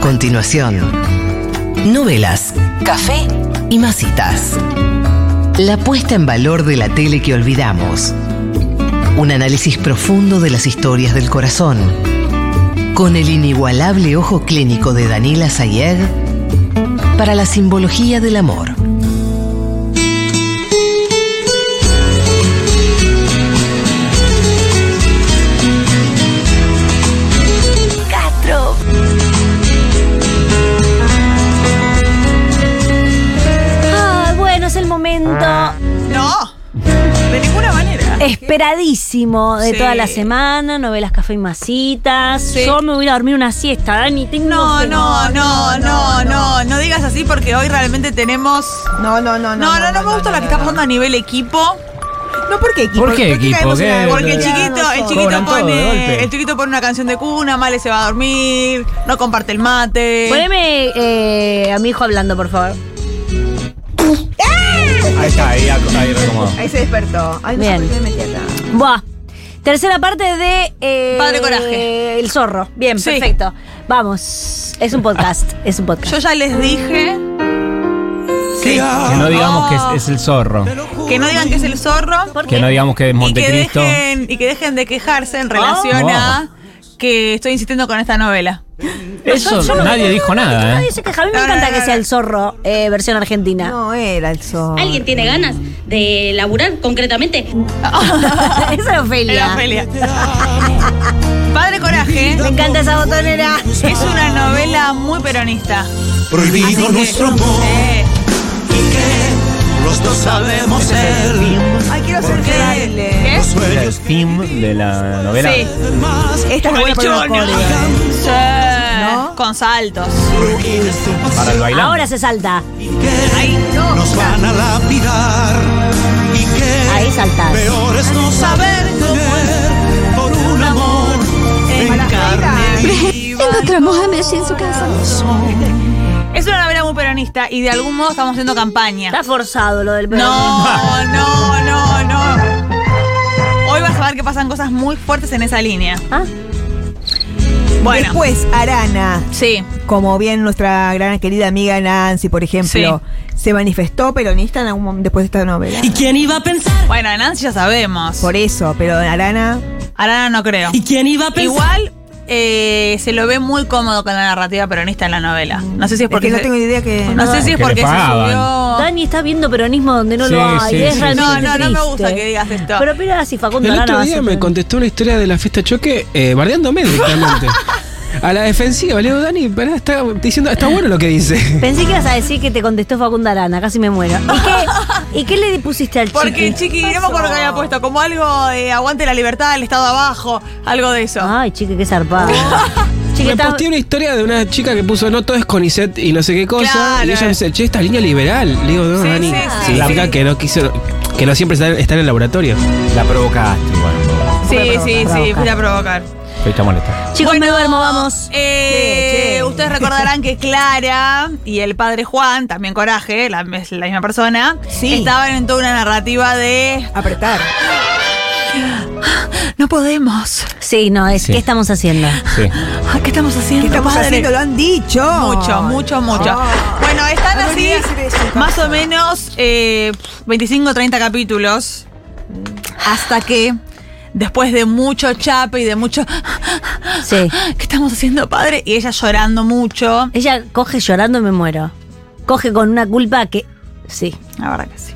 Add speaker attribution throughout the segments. Speaker 1: continuación. Novelas, café y masitas. La puesta en valor de la tele que olvidamos. Un análisis profundo de las historias del corazón. Con el inigualable ojo clínico de Daniela Sayed para la simbología del amor.
Speaker 2: Ah, bueno, es el momento
Speaker 3: Ah. No, de ninguna manera.
Speaker 2: esperadísimo de
Speaker 3: Sí.
Speaker 2: toda la semana, novelas, café y masitas.
Speaker 3: Sí.
Speaker 2: Yo me voy a ir a dormir una siesta, Dani. Tengo
Speaker 3: No,
Speaker 2: sueño.
Speaker 3: no, no, no, no, no digas así porque hoy realmente tenemos.
Speaker 4: No, no, no, no.
Speaker 3: No, no, no me gusta lo que está pasando a nivel equipo.
Speaker 4: No, ¿por qué equipo?
Speaker 5: ¿Por qué equipo?
Speaker 4: caemos en
Speaker 5: ¿Qué?
Speaker 4: la-
Speaker 3: Porque el
Speaker 4: Ya,
Speaker 3: chiquito, el
Speaker 4: nosotros.
Speaker 3: chiquito
Speaker 5: Cobran todo de
Speaker 3: pone,
Speaker 5: golpe.
Speaker 3: el chiquito pone una canción de cuna, Male se va a dormir, no comparte el mate.
Speaker 2: Poneme eh, a mi hijo hablando, por favor.
Speaker 5: Ahí está, ahí, ac- ahí reacomodó.
Speaker 4: Ahí se despertó. Ay, no
Speaker 2: Bien.
Speaker 4: sé por qué me metí acá.
Speaker 2: Buah. Tercera parte de. eh,
Speaker 3: Padre Coraje.
Speaker 2: El zorro. Bien,
Speaker 3: Sí.
Speaker 2: perfecto. Vamos. Es un podcast. Es un podcast.
Speaker 3: Yo ya les dije Ah,
Speaker 5: Que no digamos que es, es el zorro.
Speaker 3: que no digan que es el zorro
Speaker 2: ¿Por qué?
Speaker 5: Que no digamos que es
Speaker 3: y que
Speaker 5: Montecristo.
Speaker 3: dejen, y que dejen de quejarse en relación
Speaker 5: Oh.
Speaker 3: a que estoy insistiendo con esta novela.
Speaker 5: Eso
Speaker 2: Yo- yo no-
Speaker 5: nadie dijo nada,
Speaker 2: Nadie
Speaker 5: ¿eh?
Speaker 2: dice que a mí me
Speaker 3: No, no,
Speaker 2: encanta
Speaker 3: no,
Speaker 2: que
Speaker 3: no,
Speaker 2: sea
Speaker 3: no.
Speaker 2: el zorro eh, versión argentina.
Speaker 4: No era el sol.
Speaker 6: ¿Alguien tiene ganas de laburar concretamente?
Speaker 2: Esa es
Speaker 3: Era
Speaker 2: Ofelia.
Speaker 3: Ofelia. Padre Coraje
Speaker 2: Me encanta esa botonera.
Speaker 3: es una novela muy peronista.
Speaker 7: Prohibido
Speaker 3: Así que-
Speaker 7: nuestro amor
Speaker 3: Eh,
Speaker 7: y que los dos sabemos el
Speaker 4: Ay, quiero hacer
Speaker 3: ¿qué?
Speaker 4: que baile.
Speaker 3: ¿Qué?
Speaker 5: Era
Speaker 7: sueño
Speaker 5: el film de la novela.
Speaker 3: Sí.
Speaker 7: más.
Speaker 4: Esta es buena para los
Speaker 3: Chorichones.
Speaker 4: coreos.
Speaker 3: Sí, Con saltos.
Speaker 7: Prohibido nuestro
Speaker 5: Para el
Speaker 7: pasado
Speaker 5: bailar.
Speaker 2: Ahora se salta.
Speaker 7: y que nos van a lapidar y
Speaker 2: Ahí
Speaker 7: que
Speaker 2: saltas.
Speaker 7: peor es no saber tener por un amor en carne viva.
Speaker 8: Encontramos a Messi en su casa.
Speaker 3: Es una novela muy peronista y de algún modo estamos haciendo campaña.
Speaker 2: Está forzado lo del peronismo.
Speaker 3: No, no, no, no. Hoy vas a ver que pasan cosas muy fuertes en esa línea.
Speaker 2: ¿Ah?
Speaker 3: Bueno,
Speaker 4: Después, Arana,
Speaker 3: sí.
Speaker 4: como bien nuestra gran querida amiga Nancy, por ejemplo, se manifestó peronista en algún momento después de esta novela.
Speaker 9: quién iba a pensar?
Speaker 3: Bueno, a Nancy ya sabemos.
Speaker 4: Por eso, pero Arana.
Speaker 3: Arana no creo.
Speaker 9: quién iba a
Speaker 3: Igual eh, se lo ve muy cómodo con la narrativa peronista en la novela. No sé si es
Speaker 4: Es
Speaker 3: porque.
Speaker 4: que no
Speaker 3: se-
Speaker 4: tengo idea que.
Speaker 3: no sé si es
Speaker 5: Que le
Speaker 3: porque se
Speaker 5: pagaban.
Speaker 3: subió.
Speaker 2: Dani está viendo peronismo donde no
Speaker 5: Sí,
Speaker 2: lo hay.
Speaker 5: sí,
Speaker 2: es
Speaker 5: sí,
Speaker 2: realmente
Speaker 3: No, no, no me
Speaker 2: triste.
Speaker 3: gusta que digas esto.
Speaker 2: Pero mira así, Facundo
Speaker 10: El
Speaker 2: Arana va
Speaker 10: otro
Speaker 2: a
Speaker 10: día
Speaker 2: ser
Speaker 10: me
Speaker 2: peronista.
Speaker 10: contestó una historia de la fiesta choque eh, bardeándome directamente. A la defensiva, le digo, Dani, pará, está diciendo, está bueno lo que dice.
Speaker 2: Pensé que ibas a decir que te contestó Facundo Arana, casi me muero. ¿Y qué, ¿y qué le pusiste al chico?
Speaker 3: Porque, chiqui, no me acuerdo que había puesto como algo de aguante la libertad del Estado abajo, algo de eso.
Speaker 2: Ay, chique, qué zarpado. chique,
Speaker 10: Me
Speaker 2: estás-
Speaker 10: posteé una historia de una chica que puso, no todo es Conicet y no sé qué cosa.
Speaker 3: Claro,
Speaker 10: y ella
Speaker 3: eh.
Speaker 10: me dice, che, esta línea liberal. Le digo, no,
Speaker 3: Sí,
Speaker 10: Dani,
Speaker 3: sí, sí,
Speaker 10: significa
Speaker 3: sí.
Speaker 10: que no quiso, que no siempre está, está en el laboratorio.
Speaker 5: La provocaste igual.
Speaker 3: sí, sí, sí, fui a provocar.
Speaker 5: Fuiste a molestar.
Speaker 2: Chicos, me duermo, vamos.
Speaker 3: Eh,
Speaker 4: Che, che.
Speaker 3: Ustedes recordarán que Clara y el padre Juan, también Coraje, la, es la misma persona,
Speaker 4: Sí.
Speaker 3: estaban en toda una narrativa de
Speaker 4: Apretar.
Speaker 3: no podemos.
Speaker 2: Sí, no, es
Speaker 5: Sí.
Speaker 2: ¿qué estamos haciendo?
Speaker 5: Sí.
Speaker 3: Ah, ¿Qué estamos haciendo?
Speaker 4: ¿Qué estamos
Speaker 3: padre?
Speaker 4: haciendo? Lo han dicho.
Speaker 3: Mucho, mucho, mucho.
Speaker 4: Ah.
Speaker 3: Bueno, están
Speaker 4: No
Speaker 3: así
Speaker 4: quería decir eso,
Speaker 3: más
Speaker 4: Carlos.
Speaker 3: o menos eh, 25 o 30 capítulos hasta que después de mucho chape y de mucho
Speaker 2: Sí.
Speaker 3: ¿qué estamos haciendo, padre? Y ella llorando mucho.
Speaker 2: Ella coge llorando y me muero. Coge con una culpa que. Sí.
Speaker 3: La verdad que sí.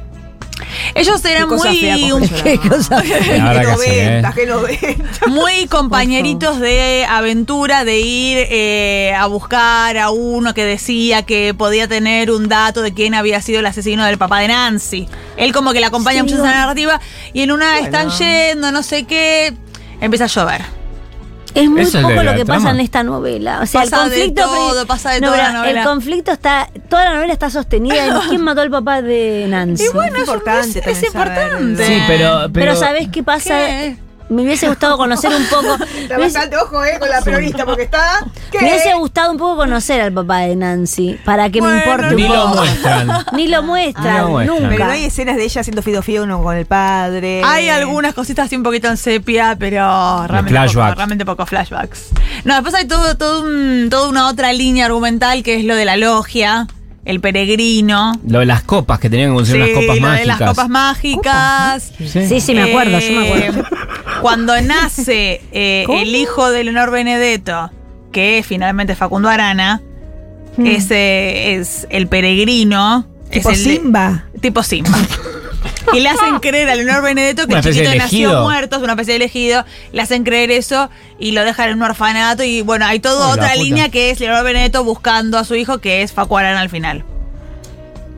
Speaker 3: Ellos eran
Speaker 4: Qué cosa
Speaker 3: muy,
Speaker 4: fea coger
Speaker 3: un-
Speaker 4: llorando. Qué
Speaker 2: cosa
Speaker 4: Qué
Speaker 5: Ahora que sí, ¿eh?
Speaker 4: noventa, qué noventa.
Speaker 3: muy compañeritos de aventura, de ir eh, a buscar a uno que decía que podía tener un dato de quién había sido el asesino del papá de Nancy. Él como que la acompaña mucho en esa narrativa y en una están yendo, no sé qué, empieza a llover.
Speaker 2: Es muy
Speaker 5: Eso es
Speaker 2: poco
Speaker 5: de
Speaker 2: lo
Speaker 5: la
Speaker 2: que pasa
Speaker 5: trama.
Speaker 2: en esta novela. O sea,
Speaker 3: Pasa
Speaker 2: el
Speaker 3: de
Speaker 2: conflicto.
Speaker 3: todo, pasa de
Speaker 2: No,
Speaker 3: toda
Speaker 2: pero
Speaker 3: la novela.
Speaker 2: El conflicto está. Toda la novela está sostenida en quién mató al papá de Nancy.
Speaker 3: Y bueno, es
Speaker 4: importante
Speaker 3: Es,
Speaker 4: también saber.
Speaker 3: importante.
Speaker 5: Sí, pero.
Speaker 2: pero, ¿sabés qué pasa?
Speaker 3: ¿Qué?
Speaker 2: me hubiese gustado conocer un poco.
Speaker 4: Está
Speaker 2: me hubiese-
Speaker 4: bastante ojo, eh, con la peronista, porque está. ¿Qué?
Speaker 2: Me hubiese gustado un poco conocer al papá de Nancy, para que
Speaker 4: Bueno,
Speaker 2: me importe
Speaker 5: Ni
Speaker 2: un
Speaker 5: lo
Speaker 2: poco.
Speaker 5: muestran.
Speaker 2: Ni lo muestran,
Speaker 5: Ni lo muestran.
Speaker 2: nunca.
Speaker 4: Pero no hay escenas de ella haciendo fidofío uno con el padre.
Speaker 3: Hay algunas cositas así un poquito en sepia, pero realmente,
Speaker 5: flashbacks.
Speaker 3: Poco, realmente poco flashbacks. No, después hay todo, todo un- toda una otra línea argumental que es lo de la logia, el peregrino.
Speaker 5: Lo de las copas, que tenían que conseguir unas copas
Speaker 3: lo
Speaker 5: mágicas.
Speaker 3: de las copas mágicas.
Speaker 2: Sí, sí, me acuerdo, yo me acuerdo.
Speaker 3: Eh, Cuando nace eh, el hijo de Leonor Benedetto, que es finalmente Facundo Arana,
Speaker 2: Mm.
Speaker 3: ese es el peregrino.
Speaker 4: Tipo
Speaker 3: es el de-
Speaker 4: Simba.
Speaker 3: tipo Simba. Y le hacen creer a Leonor Benedetto que el
Speaker 5: Una especie
Speaker 3: chiquito
Speaker 5: de
Speaker 3: nació
Speaker 5: elegido.
Speaker 3: muerto, es una especie de elegido, le hacen creer eso y lo dejan en un orfanato y bueno, hay toda
Speaker 5: Ay, la
Speaker 3: otra
Speaker 5: puta.
Speaker 3: línea que es Leonor Benedetto buscando a su hijo que es Facuarán al final.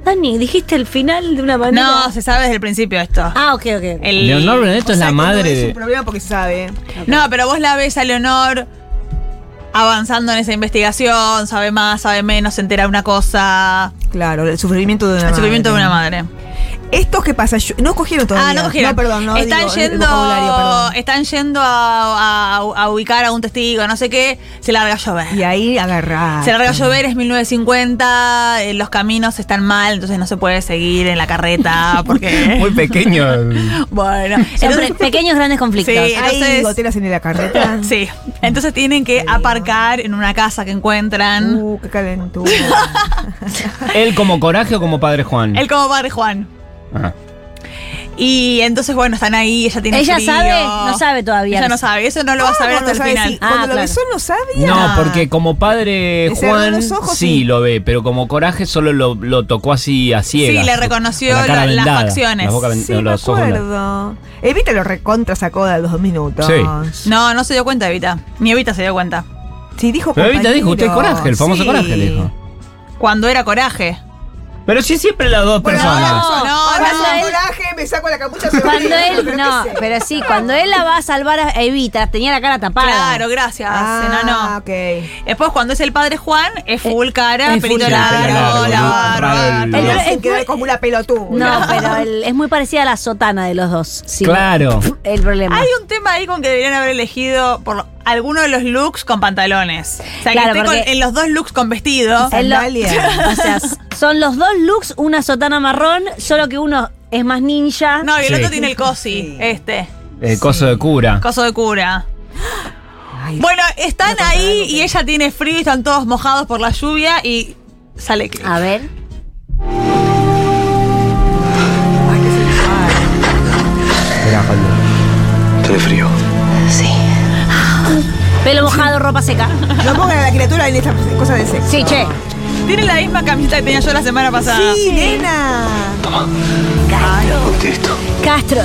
Speaker 2: Dani, dijiste el final de una manera.
Speaker 3: No, se sabe desde el principio esto.
Speaker 2: Ah, ok, ok. ok.
Speaker 3: El-
Speaker 5: Leonor Benedetto
Speaker 4: O
Speaker 5: es
Speaker 4: sea
Speaker 5: la
Speaker 4: que no
Speaker 5: madre
Speaker 4: Es un
Speaker 5: de.
Speaker 4: problema porque se sabe.
Speaker 3: No, pero vos la ves a Leonor avanzando en esa investigación, sabe más, sabe menos, se entera de una cosa,
Speaker 4: Claro, el sufrimiento de una
Speaker 3: el sufrimiento de
Speaker 4: madre.
Speaker 3: una madre.
Speaker 4: Estos que pasa, Yo- no cogieron todavía.
Speaker 3: Ah, no cogieron.
Speaker 4: No, perdón, no.
Speaker 3: Están
Speaker 4: digo, el
Speaker 3: yendo,
Speaker 4: vocabulario, perdón.
Speaker 3: están yendo a, a- a ubicar a un testigo, no sé qué. Se larga a
Speaker 4: Y
Speaker 3: llover.
Speaker 4: ahí agarrar.
Speaker 3: Se larga a llover, es 1950, eh, los caminos están mal, entonces no se puede seguir en la carreta porque.
Speaker 5: Muy pequeño.
Speaker 3: bueno.
Speaker 2: Son
Speaker 3: Entonces,
Speaker 2: pre- pequeños grandes conflictos.
Speaker 3: Sí.
Speaker 4: Hay
Speaker 3: Entonces-
Speaker 4: goteras en la carreta.
Speaker 3: sí. Entonces tienen que aparcar en una casa que encuentran.
Speaker 4: Uh, qué calentura.
Speaker 5: ¿Él como coraje o como padre Juan?
Speaker 3: Él como padre Juan.
Speaker 5: Ah.
Speaker 3: Y entonces, bueno, están ahí, ella tiene
Speaker 2: ¿Ella
Speaker 3: frío.
Speaker 2: sabe? No sabe todavía.
Speaker 3: Ella no sabe, eso no lo va a saber
Speaker 4: ¿Cómo
Speaker 3: hasta
Speaker 4: no
Speaker 3: el
Speaker 4: sabe
Speaker 3: final.
Speaker 4: si- cuando
Speaker 2: Ah,
Speaker 4: lo
Speaker 2: claro.
Speaker 4: besó no sabía.
Speaker 5: No, porque como padre
Speaker 4: Le cerró
Speaker 5: Juan
Speaker 4: los ojos,
Speaker 5: sí,
Speaker 4: sí.
Speaker 5: lo ve, pero como coraje solo lo, lo tocó así a ciegas.
Speaker 3: Sí, le reconoció
Speaker 5: Con la cara
Speaker 3: la- las
Speaker 5: vendada,
Speaker 3: facciones.
Speaker 5: la boca ven-
Speaker 4: Sí, me
Speaker 5: los ojos vendados.
Speaker 4: acuerdo. Evita lo recontra sacó de los dos minutos.
Speaker 5: Sí.
Speaker 3: No, no se dio cuenta Evita. Ni Evita se dio cuenta.
Speaker 4: Sí, dijo
Speaker 5: Pero ahorita
Speaker 4: compañero.
Speaker 5: dijo, usted es coraje, el famoso
Speaker 4: Sí.
Speaker 5: coraje le dijo.
Speaker 3: Cuando era coraje.
Speaker 5: Pero sí siempre las dos
Speaker 4: Bueno,
Speaker 5: personas.
Speaker 3: No,
Speaker 4: ahora soy-
Speaker 3: no,
Speaker 4: ahora
Speaker 3: no.
Speaker 4: soy coraje, me saco la capucha. se
Speaker 2: Cuando
Speaker 4: va a ir,
Speaker 2: él,
Speaker 4: pero
Speaker 2: no,
Speaker 4: qué sé.
Speaker 2: pero sí, cuando él la va a salvar a Evita, tenía la cara tapada.
Speaker 3: Claro, gracias.
Speaker 4: Ah,
Speaker 3: no, no.
Speaker 4: ok.
Speaker 3: Después, cuando es el padre Juan, es full cara,
Speaker 2: Eh, es
Speaker 3: pelito
Speaker 2: full cara.
Speaker 3: largo,
Speaker 5: Largo,
Speaker 3: la
Speaker 5: boludo,
Speaker 3: barba.
Speaker 5: raro el-
Speaker 4: Él
Speaker 2: Pero
Speaker 4: se
Speaker 2: es
Speaker 4: quedó
Speaker 2: muy-
Speaker 4: como una
Speaker 2: No,
Speaker 4: pelotuna.
Speaker 2: pero él- es muy parecida a la sotana de los dos. sí.
Speaker 5: Claro.
Speaker 2: El problema.
Speaker 3: Hay un tema ahí con que deberían haber elegido por alguno de los looks con pantalones. O sea,
Speaker 2: Claro,
Speaker 3: que esté con-
Speaker 2: porque-
Speaker 3: en los dos looks con vestido.
Speaker 2: Es lo-
Speaker 4: sandalia.
Speaker 2: o sea, s- son los dos looks, una sotana marrón, solo que uno es más ninja.
Speaker 3: No, y el
Speaker 5: Sí.
Speaker 3: otro tiene el cosi,
Speaker 4: Sí.
Speaker 3: este,
Speaker 5: El coso de cura.
Speaker 3: coso de cura.
Speaker 4: Ay,
Speaker 3: Bueno, están ahí y ella tiene frío y están todos mojados por la lluvia y sale clip.
Speaker 4: Ah.
Speaker 2: A ver.
Speaker 8: Estoy frío.
Speaker 2: Pelo mojado, ropa seca.
Speaker 4: No pongan a la criatura en estas cosas de sexo.
Speaker 2: Sí, che.
Speaker 3: Tiene la misma camiseta que tenía yo la semana pasada.
Speaker 4: Sí, nena.
Speaker 8: Ponte esto.
Speaker 2: Castro.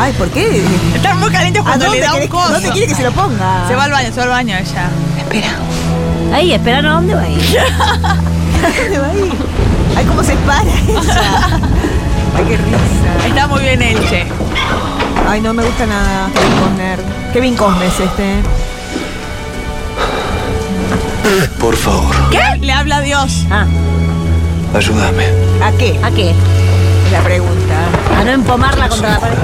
Speaker 4: Ay, ¿por qué?
Speaker 3: Están muy calientes
Speaker 4: ¿A
Speaker 3: cuando
Speaker 4: dónde
Speaker 3: Ah, le da un
Speaker 4: querés, que-
Speaker 3: coso.
Speaker 4: dónde quiere que se lo ponga?
Speaker 3: Se va al baño, se va al baño ella.
Speaker 2: Ahí, espera, ¿no? ¿A dónde va a ir?
Speaker 4: ¿Dónde va a ir? Ay, cómo se para ella. Ay, qué risa.
Speaker 3: Está muy bien Elche.
Speaker 4: Ay, no me gusta nada Kevin Costner. Kevin Costner es este.
Speaker 8: Por favor,
Speaker 3: ¿Qué? Le habla a Dios.
Speaker 2: Ah,
Speaker 8: ayúdame.
Speaker 4: ¿A qué?
Speaker 2: ¿a qué?
Speaker 4: Es la pregunta.
Speaker 2: A no empomarla contra la pared.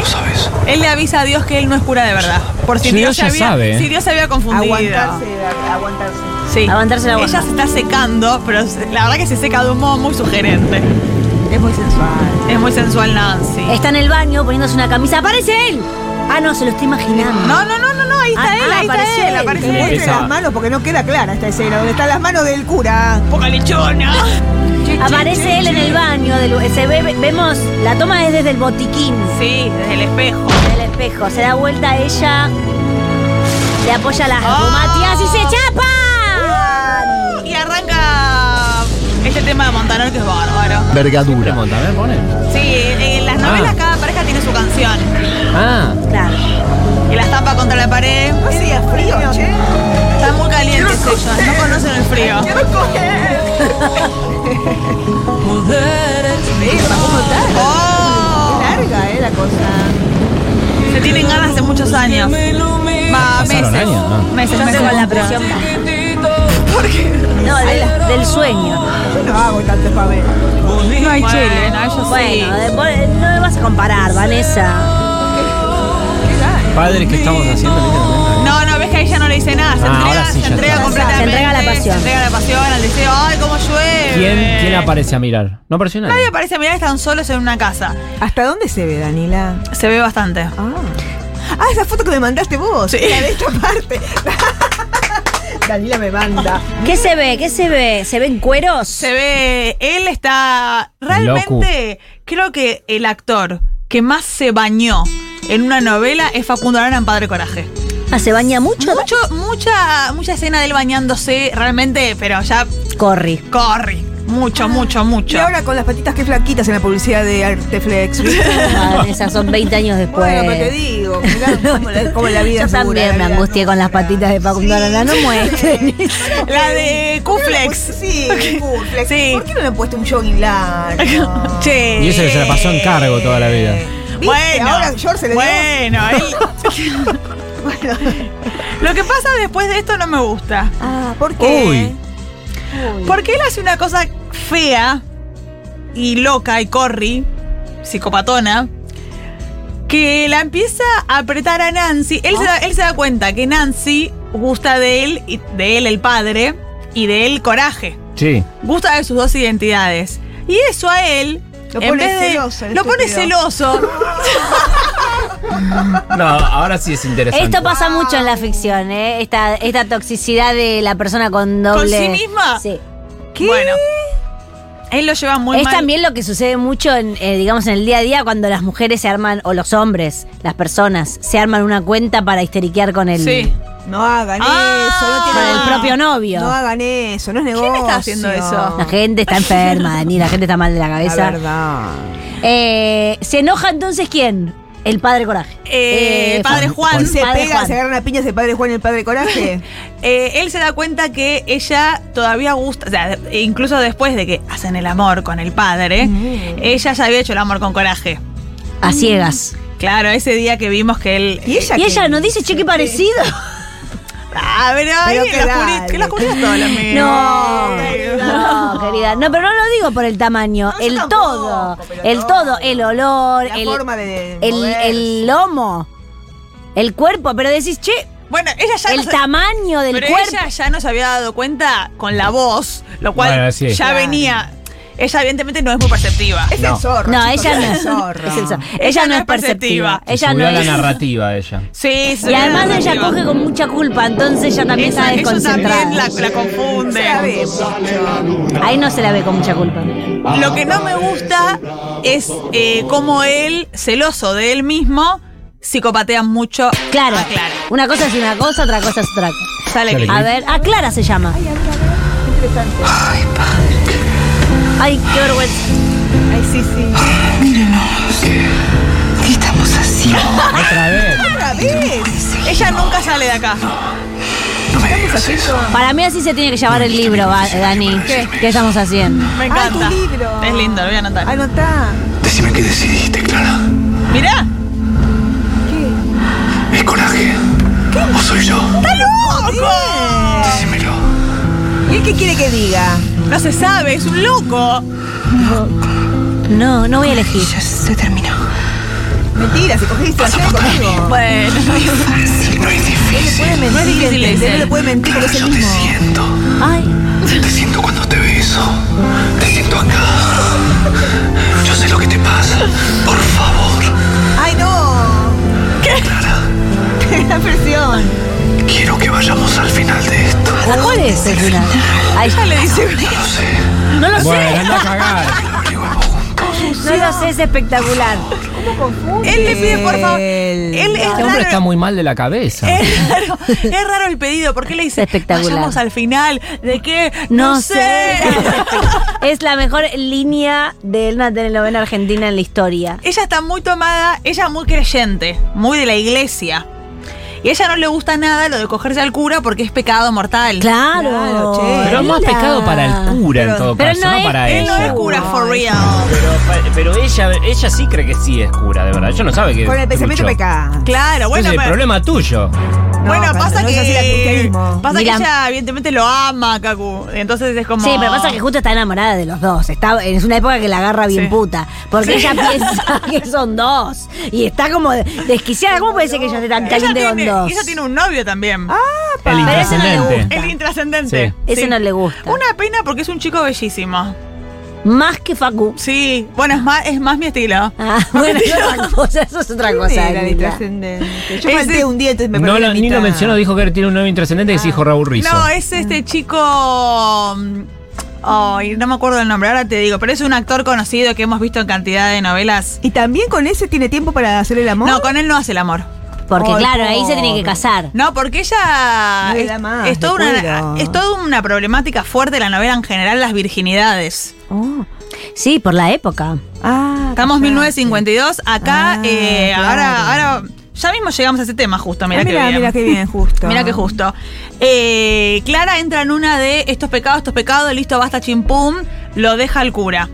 Speaker 8: Lo sabes.
Speaker 3: Él le avisa a Dios que él no es cura de verdad. Por si
Speaker 5: Sí,
Speaker 3: Dios, ¿eh?
Speaker 5: ella
Speaker 3: se había,
Speaker 5: sabe.
Speaker 3: Si Dios se había confundido.
Speaker 4: Aguantarse, aguantarse.
Speaker 3: Sí.
Speaker 2: Aguantarse la
Speaker 3: Ella
Speaker 2: aguanta.
Speaker 3: se está secando, pero se- la verdad que se seca de un modo muy sugerente.
Speaker 4: Es muy sensual.
Speaker 3: Es muy sensual Nancy.
Speaker 4: Eh.
Speaker 2: Está en el baño poniéndose una camisa. ¡Aparece él! Ah, no, se lo estoy imaginando.
Speaker 3: No, no, no, no, no, ahí está
Speaker 2: Ah,
Speaker 3: él,
Speaker 2: ah,
Speaker 3: ahí
Speaker 2: apareció
Speaker 3: está él,
Speaker 2: él.
Speaker 4: Que
Speaker 3: aparece él.
Speaker 4: muestre
Speaker 5: Esa-
Speaker 4: las manos porque no queda clara esta escena. Donde están las manos del cura.
Speaker 3: Poca lechona.
Speaker 2: Aparece él en el baño. del- se ve- vemos, la toma es desde el botiquín,
Speaker 3: Sí, desde el espejo.
Speaker 2: del espejo. Se da vuelta a ella, le apoya las
Speaker 4: Ah.
Speaker 3: Oh.
Speaker 2: gomatías y se chapa.
Speaker 3: Y arranca este tema de Montaner que es bárbaro. Ah.
Speaker 5: ¿Qué monta? A ver, pone.
Speaker 3: Sí, en las novelas cada pareja tiene su canción.
Speaker 5: Ah,
Speaker 2: Claro.
Speaker 3: Y las tapa contra la pared.
Speaker 4: No hacía frío, che.
Speaker 3: Están muy calientes ellos, no conocen el frío.
Speaker 4: Quiero coger.
Speaker 3: Oh,
Speaker 4: Larga, eh, la cosa.
Speaker 3: se tienen ganas hace muchos años. Va,
Speaker 5: Pasaron
Speaker 3: meses.
Speaker 5: años, ¿no?
Speaker 3: Meses, meses.
Speaker 2: con la presión. No, del, del sueño.
Speaker 4: Yo no hago tanto pavés.
Speaker 3: No hay chile, no, ellos
Speaker 2: Bueno, de- vos no me vas a comparar, Vanessa.
Speaker 5: padres que estamos haciendo literalmente.
Speaker 3: No, no, ves que a ella no le dice nada. Se
Speaker 5: Ah,
Speaker 3: entrega,
Speaker 5: ahora sí,
Speaker 3: se
Speaker 5: ya
Speaker 3: entrega
Speaker 5: está.
Speaker 3: completamente.
Speaker 2: Se entrega la pasión.
Speaker 3: Se entrega la pasión al deseo. ¡Ay, cómo llueve!
Speaker 5: ¿Quién, ¿Quién aparece a mirar? No apareció nadie.
Speaker 3: Nadie aparece a mirar, están solos en una casa.
Speaker 4: ¿Hasta dónde se ve, Danila?
Speaker 3: Se ve bastante.
Speaker 4: Ah, Ah, esa foto que me mandaste vos. La de esta parte. Danila me manda.
Speaker 2: ¿Qué se ve? ¿Qué se ve? ¿Se ven cueros?
Speaker 3: Se ve. Él está. Realmente, creo que el actor que más se bañó en una novela es Facundo Arana en Padre Coraje.
Speaker 2: Ah, ¿se baña mucho?
Speaker 3: Mucho, mucha, mucha escena de él bañándose, realmente, pero ya
Speaker 2: Corri.
Speaker 3: corre. Mucho, mucho,
Speaker 4: Y
Speaker 3: mucho.
Speaker 4: ahora con las patitas que flaquitas en la publicidad de Arteflex.
Speaker 2: Ah, esas son 20 años después.
Speaker 4: bueno, pero te digo, mirá cómo la, cómo la vida
Speaker 2: Pues. Yo
Speaker 4: es dura,
Speaker 2: también me
Speaker 4: la vida
Speaker 2: angustié
Speaker 4: no
Speaker 2: con las
Speaker 4: dura.
Speaker 2: patitas de Facundo
Speaker 4: Sí.
Speaker 2: Arana. No pues, muestren eso.
Speaker 3: La de Cuflex.
Speaker 4: Sí, Cuflex.
Speaker 3: Sí.
Speaker 4: ¿Por qué no le han puesto un jogging largo?
Speaker 3: Che.
Speaker 5: Y eso que se la pasó en cargo toda la vida.
Speaker 4: ¿Viste?
Speaker 3: Bueno,
Speaker 4: Ahora George se le dio.
Speaker 3: bueno, él- lo que pasa después de esto no me gusta. Eh,
Speaker 4: Ah, ¿por qué?
Speaker 5: Uy.
Speaker 3: Porque él hace una cosa fea y loca y corri, psicopatona, que la empieza a apretar a Nancy. Él, se, da, él se da cuenta que Nancy gusta de él, y de él el padre, y de él coraje.
Speaker 5: Sí.
Speaker 3: Gusta de sus dos identidades. Y eso a él...
Speaker 4: Lo
Speaker 3: en
Speaker 4: pone
Speaker 3: vez de-
Speaker 4: celoso, el
Speaker 3: Lo pone
Speaker 4: estúpido.
Speaker 3: celoso.
Speaker 5: No, ahora sí es interesante.
Speaker 2: Esto pasa mucho en la ficción, ¿eh? Esta, esta toxicidad de la persona con doble.
Speaker 3: ¿Con sí misma?
Speaker 2: Sí.
Speaker 3: Bueno. Él lo lleva muy
Speaker 2: es
Speaker 3: mal.
Speaker 2: también lo que sucede mucho, en, eh, digamos, en el día a día cuando las mujeres se arman, o los hombres, las personas, se arman una cuenta para histeriquear con el,
Speaker 3: Sí.
Speaker 4: No hagan
Speaker 3: Ah,
Speaker 4: eso, no
Speaker 2: con
Speaker 4: tienen
Speaker 2: el
Speaker 3: Ah.
Speaker 2: propio novio.
Speaker 4: No hagan eso, no es negocio.
Speaker 3: está haciendo eso?
Speaker 2: La gente está enferma, Dani, la gente está mal de la
Speaker 4: La
Speaker 2: cabeza.
Speaker 4: verdad.
Speaker 2: Eh, ¿Se enoja entonces quién? El padre coraje.
Speaker 3: Eh, padre Juan.
Speaker 4: Se
Speaker 2: Padre
Speaker 4: pega,
Speaker 2: Juan.
Speaker 4: se agarran a piñas el padre Juan y el padre Coraje.
Speaker 3: Eh, él se da cuenta que ella todavía gusta, o sea, de- incluso después de que hacen el amor con el padre,
Speaker 2: Mm.
Speaker 3: ella ya había hecho el amor con coraje.
Speaker 2: A ciegas.
Speaker 3: Claro, ese día que vimos que él.
Speaker 4: y ella
Speaker 2: Y
Speaker 4: qué?
Speaker 2: ella no dice, che, qué parecido.
Speaker 3: Ah, pero
Speaker 4: Pero
Speaker 3: ahí
Speaker 4: qué
Speaker 3: la
Speaker 4: dale.
Speaker 3: oscuri- que la oscuridad es todo lo mismo.
Speaker 2: No, no, querida. No, pero no lo digo por el tamaño.
Speaker 4: No, yo
Speaker 2: el
Speaker 4: tampoco,
Speaker 2: todo.
Speaker 4: pero
Speaker 2: El
Speaker 4: no.
Speaker 2: todo. El olor.
Speaker 4: La
Speaker 2: el,
Speaker 4: forma de
Speaker 2: el,
Speaker 4: moverse.
Speaker 2: el lomo. El cuerpo. Pero decís, che,
Speaker 3: Bueno, ella ya. no
Speaker 2: el
Speaker 3: se-
Speaker 2: tamaño del
Speaker 3: pero
Speaker 2: cuerpo.
Speaker 3: ella ya nos había dado cuenta con la voz, lo cual
Speaker 5: Bueno, sí.
Speaker 3: ya
Speaker 4: Claro.
Speaker 3: venía. Ella, evidentemente, no es muy perceptiva.
Speaker 4: Es el
Speaker 5: No.
Speaker 4: zorro.
Speaker 2: no,
Speaker 4: chicos,
Speaker 2: ella no
Speaker 4: es
Speaker 2: es,
Speaker 4: el zorro.
Speaker 2: es el zorro. Ella,
Speaker 3: Ella
Speaker 2: no es perceptiva.
Speaker 5: Se
Speaker 2: Ella
Speaker 5: subió
Speaker 2: no
Speaker 5: a la
Speaker 2: es.
Speaker 5: narrativa ella.
Speaker 3: Sí, sí.
Speaker 2: Y además ella coge con mucha culpa, entonces ella también está
Speaker 3: Esa- Eso
Speaker 2: desconcentrada.
Speaker 3: también la, la
Speaker 4: Se
Speaker 3: confunde.
Speaker 4: la ve mucho.
Speaker 2: Ahí no se la ve con mucha culpa.
Speaker 3: Lo que no me gusta es eh, cómo él, celoso de él mismo, psicopatea mucho.
Speaker 2: Claro.
Speaker 3: a Clara.
Speaker 2: Una cosa es una cosa, otra cosa es otra. cosa.
Speaker 3: Sale
Speaker 5: Sale
Speaker 3: Clara.
Speaker 2: A ver, a Clara se llama. Ay, qué vergüenza.
Speaker 4: Ay, sí, sí.
Speaker 5: Otra vez.
Speaker 4: Otra vez.
Speaker 3: Ella nunca sale de acá.
Speaker 2: Para mí así se tiene que llamar el libro, Va- Dani. ¿Qué? estamos haciendo?
Speaker 3: Me
Speaker 4: Ah,
Speaker 3: encanta.
Speaker 4: tu libro.
Speaker 3: Es lindo, lo voy a anotar.
Speaker 4: Anotá.
Speaker 8: Decime qué decidiste, Clara.
Speaker 3: Mirá.
Speaker 8: ¿Es coraje? ¿O soy yo? Decímelo.
Speaker 4: ¿Y él qué quiere que diga?
Speaker 3: No se sabe, es un loco.
Speaker 2: No, no voy a elegir.
Speaker 4: Mentira, se cogiste la cena conmigo.
Speaker 3: Bueno.
Speaker 8: No es
Speaker 4: Él le
Speaker 8: difícil.
Speaker 4: puede mentir,
Speaker 3: No es difícil
Speaker 4: ¿entendés?
Speaker 3: decir.
Speaker 4: Él le puede mentir porque es el
Speaker 8: Yo te
Speaker 4: mismo.
Speaker 8: siento.
Speaker 2: Ay,
Speaker 8: Te siento cuando te beso. Te siento acá. Yo sé lo que te pasa. Por favor,
Speaker 4: ¡Ay, no!
Speaker 8: Clara.
Speaker 4: La presión.
Speaker 8: Quiero que vayamos al final de esto.
Speaker 2: ¿cuál es? el final? Ay,
Speaker 3: Le dice,
Speaker 8: No
Speaker 2: no
Speaker 8: lo sé.
Speaker 2: lo
Speaker 5: Bueno,
Speaker 2: sé.
Speaker 5: anda a cagar.
Speaker 8: Lo averiguamos juntos.
Speaker 2: No lo sé, es espectacular.
Speaker 3: él le pide, por favor. Él es
Speaker 5: Este hombre está
Speaker 3: raro.
Speaker 5: muy mal de la cabeza.
Speaker 3: Es raro, es raro el pedido, porque él le dice,
Speaker 2: Espectacular.
Speaker 3: vayamos al final, ¿de qué?
Speaker 2: No, sé. Es la mejor línea de una telenovela argentina en la historia.
Speaker 3: Ella está muy tomada, ella muy creyente, muy de la iglesia. Y a ella no le gusta nada lo de cogerse al cura porque es pecado mortal.
Speaker 2: Claro,
Speaker 4: Claro, che.
Speaker 5: Pero es más
Speaker 2: Mira.
Speaker 5: pecado para el cura en todo
Speaker 2: pero
Speaker 5: caso,
Speaker 2: no
Speaker 5: no,
Speaker 2: es-
Speaker 5: para
Speaker 3: Él no
Speaker 5: ella.
Speaker 3: es cura for real.
Speaker 5: Pero, pero ella, ella sí cree que sí es cura, de verdad. Yo no sabe que.
Speaker 4: Con el pensamiento
Speaker 5: trucho.
Speaker 4: pecado.
Speaker 3: Claro,
Speaker 5: Ese
Speaker 3: bueno,
Speaker 5: es el
Speaker 3: pero,
Speaker 5: problema tuyo.
Speaker 4: No,
Speaker 3: bueno,
Speaker 4: cuando
Speaker 3: pasa
Speaker 4: no
Speaker 3: que.
Speaker 4: es así el kirchnerismo.
Speaker 3: pasa
Speaker 2: Mira.
Speaker 3: que ella, evidentemente, lo ama, Kaku. Entonces es como.
Speaker 2: Sí, pero pasa que justo está enamorada de los dos. Está, es una época que la agarra bien
Speaker 3: Sí.
Speaker 2: puta. Porque
Speaker 3: Sí.
Speaker 2: ella piensa que son dos. Y está como desquiciada. ¿Cómo puede ser que ella esté tan
Speaker 3: Ella
Speaker 2: caliente con
Speaker 3: tiene,
Speaker 2: dos?
Speaker 3: ella tiene un novio también.
Speaker 5: El
Speaker 2: Pero ese no le
Speaker 5: intrascendente.
Speaker 2: gusta.
Speaker 3: El intrascendente.
Speaker 5: Sí.
Speaker 2: Ah, Ese no le gusta.
Speaker 3: Una pena porque es un chico bellísimo.
Speaker 2: Más que Facu.
Speaker 3: Sí, bueno, es más, es más mi estilo.
Speaker 2: Ah, bueno, eso es otra cosa. Eso es otra
Speaker 4: Sí,
Speaker 2: cosa.
Speaker 4: la de
Speaker 2: Lila.
Speaker 4: trascendente. Yo
Speaker 3: Ese-
Speaker 4: falté un día, entonces me
Speaker 5: No
Speaker 4: perdí la
Speaker 5: lo, ni lo
Speaker 4: mitad.
Speaker 5: mencionó, dijo que tiene un novio intrascendente que es hijo Raúl Rizzo.
Speaker 3: No, es este chico. mm, Ay, no me acuerdo el nombre, ahora te digo, pero es un actor conocido que hemos visto en cantidad de novelas.
Speaker 4: ¿Y también con ese tiene tiempo para hacer el amor?
Speaker 3: No, con él no hace el amor.
Speaker 2: Porque
Speaker 4: Ay,
Speaker 2: claro, ahí se tiene que
Speaker 4: pobre.
Speaker 2: casar.
Speaker 3: No, porque ella
Speaker 4: No
Speaker 3: es,
Speaker 4: era más,
Speaker 3: es toda
Speaker 4: te
Speaker 3: una,
Speaker 4: cuido.
Speaker 3: es toda una problemática fuerte de la novela en general, las virginidades.
Speaker 4: Oh.
Speaker 2: Sí, por la época.
Speaker 4: Ah,
Speaker 3: Estamos
Speaker 4: callate.
Speaker 3: 1952, acá,
Speaker 4: Ah,
Speaker 3: eh,
Speaker 4: claro.
Speaker 3: ahora, ahora, ya mismo llegamos a ese tema justo, mira
Speaker 4: Ah,
Speaker 3: que
Speaker 4: mirá,
Speaker 3: bien.
Speaker 4: mirá qué bien, justo.
Speaker 3: Mira que justo. Eh, Clara entra en una de estos pecados, estos pecados, listo, basta, chimpum, lo deja al cura.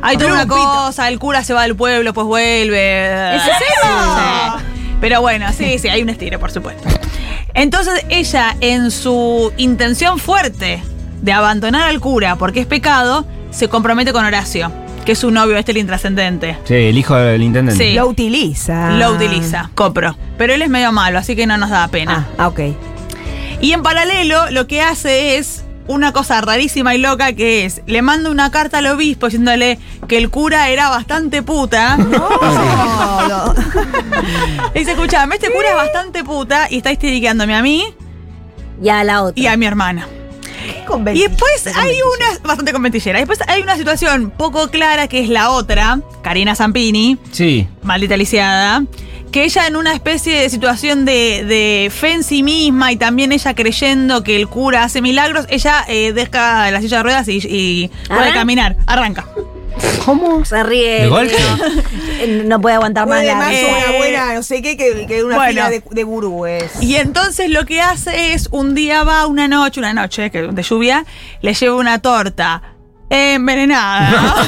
Speaker 3: Hay toda una cosa, el cura se va del pueblo, pues vuelve.
Speaker 2: ¿Es en serio?
Speaker 3: Sí. Pero bueno, sí, sí, hay un estilo, por supuesto. Entonces ella, en su intención fuerte de abandonar al cura porque es pecado, se compromete con Horacio, que es su novio, este el intrascendente.
Speaker 5: Sí, el hijo del intendente.
Speaker 3: Sí.
Speaker 4: Lo utiliza.
Speaker 2: Ah.
Speaker 3: Lo utiliza, copro. Pero él es medio malo, así que no nos da pena.
Speaker 4: Ah, ah, ok.
Speaker 3: Y en paralelo, lo que hace es una cosa rarísima y loca que es, le manda una carta al obispo diciéndole que el cura era bastante puta.
Speaker 4: Oh, lo-
Speaker 3: Y dice, escuchame, este cura es bastante puta y está histeriqueándome a mí
Speaker 2: Y a la otra.
Speaker 3: y a mi hermana. Y
Speaker 4: Conveniente.
Speaker 3: después hay una, bastante conventillera, después hay una situación poco clara que es la otra, Karina Zampini,
Speaker 5: Sí.
Speaker 3: maldita lisiada, que ella en una especie de situación de, de fe en sí misma y también ella creyendo que el cura hace milagros, ella eh, deja la silla de ruedas y, y puede
Speaker 2: ¿Arranca?
Speaker 3: caminar, arranca.
Speaker 2: Oh. Se ríe.
Speaker 5: ¿De golpe?
Speaker 2: Eh, No puede aguantar más
Speaker 4: Puede
Speaker 2: la.
Speaker 4: más
Speaker 3: Eh,
Speaker 4: una buena, no sé qué, que, que una
Speaker 3: bueno.
Speaker 4: fila de, de gurúes.
Speaker 3: Y entonces lo que hace es, un día va, una noche, una noche que- de lluvia, le lleva una torta envenenada.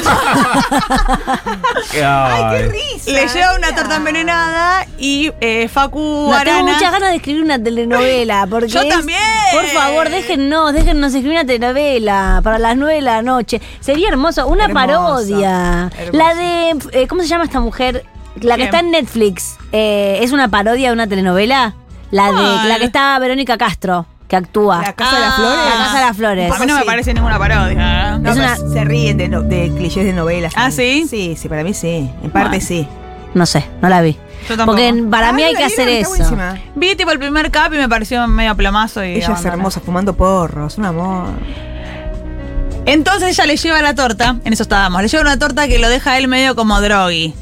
Speaker 5: Ay,
Speaker 4: risa!
Speaker 3: le lleva una torta envenenada y eh, Facu
Speaker 2: No,
Speaker 3: Arana...
Speaker 2: tengo muchas ganas de escribir una telenovela. Porque
Speaker 3: Yo
Speaker 2: es-
Speaker 3: también.
Speaker 2: Por favor, déjennos, déjennos escribir una telenovela para las 9 de la noche. Sería hermoso, una
Speaker 4: Hermoso,
Speaker 2: parodia.
Speaker 4: hermoso.
Speaker 2: La de. eh, ¿Cómo se llama esta mujer? La que
Speaker 3: ¿Quién?
Speaker 2: está en Netflix. Eh, ¿Es una parodia de una telenovela? La
Speaker 3: ¿Cuál?
Speaker 2: de la que está Verónica Castro, que actúa.
Speaker 4: ¿La Casa de las
Speaker 3: Ah.
Speaker 4: Flores?
Speaker 2: La Casa de las Flores.
Speaker 3: A mí no me
Speaker 4: Sí.
Speaker 3: parece ninguna parodia. ¿eh?
Speaker 4: No,
Speaker 2: Es
Speaker 4: pero
Speaker 2: una-
Speaker 4: Se ríen de, no- de clichés de novelas.
Speaker 3: ¿Ah, sí?
Speaker 4: Sí, sí, para mí sí. En parte
Speaker 3: Bueno.
Speaker 4: sí.
Speaker 2: No sé, no la vi.
Speaker 3: Yo tampoco.
Speaker 2: Porque en- para
Speaker 4: Ah,
Speaker 2: mí
Speaker 4: ¿no
Speaker 2: hay
Speaker 4: la
Speaker 2: que
Speaker 4: vieron?
Speaker 2: hacer
Speaker 4: Está
Speaker 2: eso.
Speaker 4: buenísima.
Speaker 3: Vi tipo el primer cap y me pareció medio plomazo y...
Speaker 4: Ella es
Speaker 3: abandoné.
Speaker 4: hermosa, fumando porros, un amor.
Speaker 3: Entonces ella le lleva la torta, en eso estábamos, le lleva una torta que lo deja a él medio como drogui.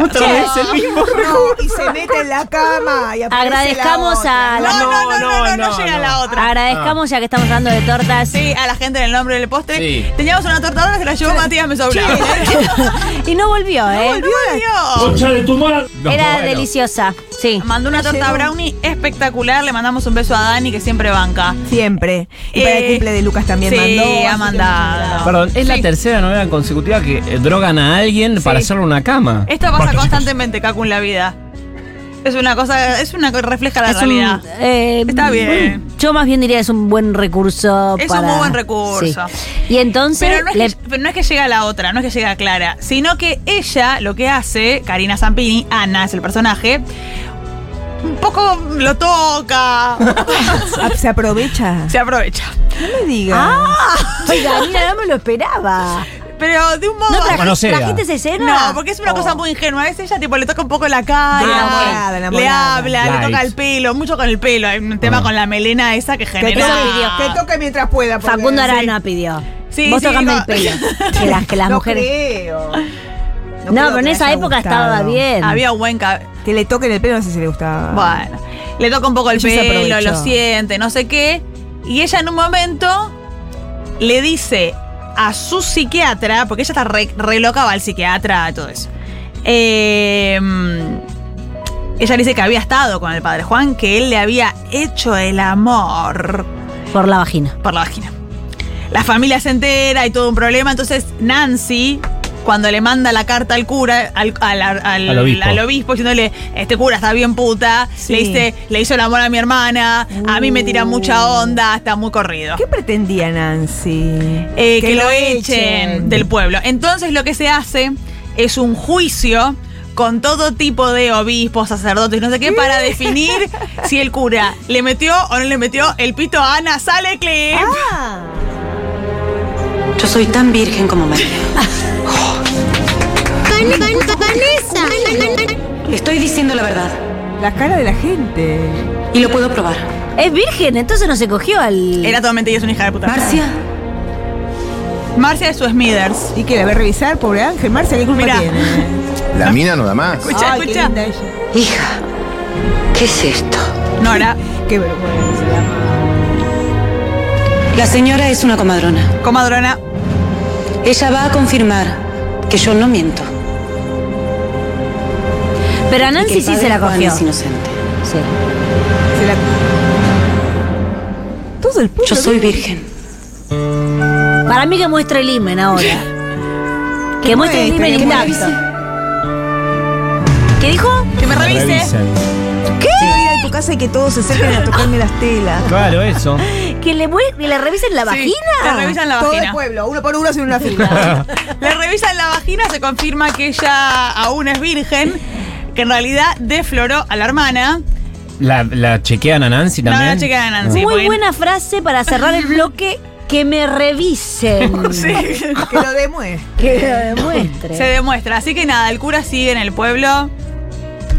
Speaker 5: Otra vez el mismo.
Speaker 4: No, y se mete en la cama y aparece
Speaker 2: Agradezcamos
Speaker 4: la
Speaker 2: a
Speaker 3: No,
Speaker 2: la-
Speaker 3: no, no, no, no, no,
Speaker 5: no, no,
Speaker 3: llega
Speaker 5: no.
Speaker 3: la otra.
Speaker 2: Agradezcamos ya que estamos hablando de tortas.
Speaker 3: Ah. Sí, a la gente en el nombre del postre.
Speaker 5: Sí.
Speaker 3: Teníamos una torta ahora, se la llevó Matías, me sobró.
Speaker 2: y no volvió, ¿eh?
Speaker 3: Volvió.
Speaker 2: Era
Speaker 5: bueno.
Speaker 2: deliciosa, sí.
Speaker 3: Mandó una torta brownie espectacular, le mandamos un beso a Dani que siempre banca.
Speaker 4: Siempre. Y para el
Speaker 3: Eh,
Speaker 4: cumple de Lucas también
Speaker 3: sí,
Speaker 4: mandó. así
Speaker 3: ha
Speaker 4: que
Speaker 3: mandado.
Speaker 5: Perdón, es la
Speaker 3: Sí.
Speaker 5: tercera novela consecutiva que eh, drogan a alguien para hacerle una cama.
Speaker 3: Esto pasa constantemente, Cacu, en la vida. Es una cosa, es una que refleja la
Speaker 2: Es un,
Speaker 3: realidad.
Speaker 2: eh,
Speaker 3: Está bien.
Speaker 2: Yo más bien diría es un buen recurso.
Speaker 3: Es un
Speaker 2: para-
Speaker 3: muy buen recurso.
Speaker 2: Sí. Y entonces.
Speaker 3: Pero no, es
Speaker 2: le-
Speaker 3: que, pero no es que llega la otra, no es que llega Clara, sino que ella lo que hace, Karina Zampini, Ana es el personaje, un poco lo toca,
Speaker 4: no- ah, Se aprovecha.
Speaker 3: se aprovecha.
Speaker 4: No me digas.
Speaker 2: Ah. Oiga, mira, no me lo esperaba.
Speaker 3: Pero de un modo...
Speaker 2: ¿No
Speaker 5: tra-
Speaker 2: traji-
Speaker 5: no sea.
Speaker 2: trajiste esa escena?
Speaker 3: No, porque es una
Speaker 2: Oh.
Speaker 3: cosa muy ingenua. Es ella, tipo, le toca un poco la cara,
Speaker 4: Enamorada,
Speaker 3: le
Speaker 4: enamorada.
Speaker 3: habla, le
Speaker 5: Light.
Speaker 3: toca el pelo, mucho con el pelo. Hay un tema
Speaker 5: Ah.
Speaker 3: con la melena esa que
Speaker 4: Que
Speaker 3: genera.
Speaker 4: toque, que toque mientras pueda. porque-
Speaker 2: Oh. Facundo Arana pidió.
Speaker 3: Sí,
Speaker 2: Vos
Speaker 3: sí,
Speaker 2: tocame
Speaker 3: no.
Speaker 2: el pelo. Que las, que las
Speaker 4: no
Speaker 2: mujeres.
Speaker 4: Creo.
Speaker 2: No,
Speaker 4: creo
Speaker 2: pero
Speaker 4: que
Speaker 2: en
Speaker 4: le
Speaker 2: esa
Speaker 4: haya
Speaker 2: época
Speaker 4: gustado.
Speaker 2: estaba bien.
Speaker 3: Había un buen cabello.
Speaker 4: Que le toquen el pelo, no sé si le gustaba.
Speaker 3: Bueno, le toca un poco el
Speaker 4: Ella se
Speaker 3: pelo,
Speaker 4: aprovechó.
Speaker 3: lo siente, no sé qué. Y ella en un momento le dice a su psiquiatra, porque ella está re, re loca, va al psiquiatra, todo eso. Eh, ella dice que había estado con el padre Juan, que él le había hecho el amor
Speaker 2: Por la vagina.
Speaker 3: por la vagina. La familia se entera, hay todo un problema. Entonces Nancy, cuando le manda la carta al cura, al, al- al-
Speaker 5: Al obispo.
Speaker 3: obispo, diciéndole, este cura está bien puta,
Speaker 4: Sí.
Speaker 3: le dice, le hizo el amor a mi hermana, a mí me tira mucha onda, está muy corrido.
Speaker 4: ¿Qué pretendía Nancy?
Speaker 3: Eh, que, lo echen, del pueblo. Entonces lo que se hace es un juicio con todo tipo de obispos, sacerdotes, no sé qué, para definir si el cura le metió o no le metió el pito a Ana. ¡Sale clip!
Speaker 9: Yo soy tan virgen como María. Estoy diciendo la verdad
Speaker 4: La cara de la gente.
Speaker 9: y lo puedo probar.
Speaker 2: Es virgen, entonces no se cogió al.
Speaker 3: Era totalmente ella es una hija de puta.
Speaker 9: Marcia,
Speaker 3: Marcia de su Smithers.
Speaker 4: Y que la ve revisar, pobre Ángel. Marcia, ¿qué culpa
Speaker 3: Mirá.
Speaker 4: tiene?
Speaker 11: La mina no da más.
Speaker 3: Escucha,
Speaker 4: Ay, qué
Speaker 3: escucha.
Speaker 4: linda ella.
Speaker 9: hija, ¿qué es esto?
Speaker 3: Nora,
Speaker 4: Qué vergüenza.
Speaker 9: La señora es una comadrona.
Speaker 3: comadrona.
Speaker 9: Ella va a confirmar que yo no miento.
Speaker 2: Pero a
Speaker 9: y que
Speaker 2: Nancy
Speaker 9: el
Speaker 2: sí
Speaker 9: padre
Speaker 2: se la
Speaker 9: Juan
Speaker 2: cogió.
Speaker 9: es inocente.
Speaker 2: Sí.
Speaker 4: Se la... Todo el pueblo.
Speaker 9: Yo soy virgen.
Speaker 2: Para mí que muestre el imen ahora. que muestre el
Speaker 4: muestre,
Speaker 2: imen
Speaker 4: que
Speaker 2: intacto. ¿Qué dijo?
Speaker 3: Que me revise.
Speaker 5: Revisen.
Speaker 4: ¿Qué? Voy a ir a tu casa y que todos se acerquen a tocarme las telas.
Speaker 5: Claro, eso.
Speaker 2: Que le, mue- que le revisen la
Speaker 3: Sí, Le
Speaker 2: vagina.
Speaker 3: revisan la
Speaker 4: Todo el
Speaker 3: vagina.
Speaker 4: pueblo, uno por uno, en una fila.
Speaker 3: Le revisan la vagina, se confirma que ella aún es virgen, que en realidad defloró a la hermana.
Speaker 5: La, la chequean a Nancy
Speaker 3: No,
Speaker 5: también.
Speaker 3: la chequean a Nancy.
Speaker 2: Muy
Speaker 3: porque-
Speaker 2: buena frase para cerrar el bloque. Que me revisen.
Speaker 3: Sí.
Speaker 4: que lo demuestre.
Speaker 2: Que lo demuestre.
Speaker 3: Se demuestra. Así que nada, el cura sigue en el pueblo.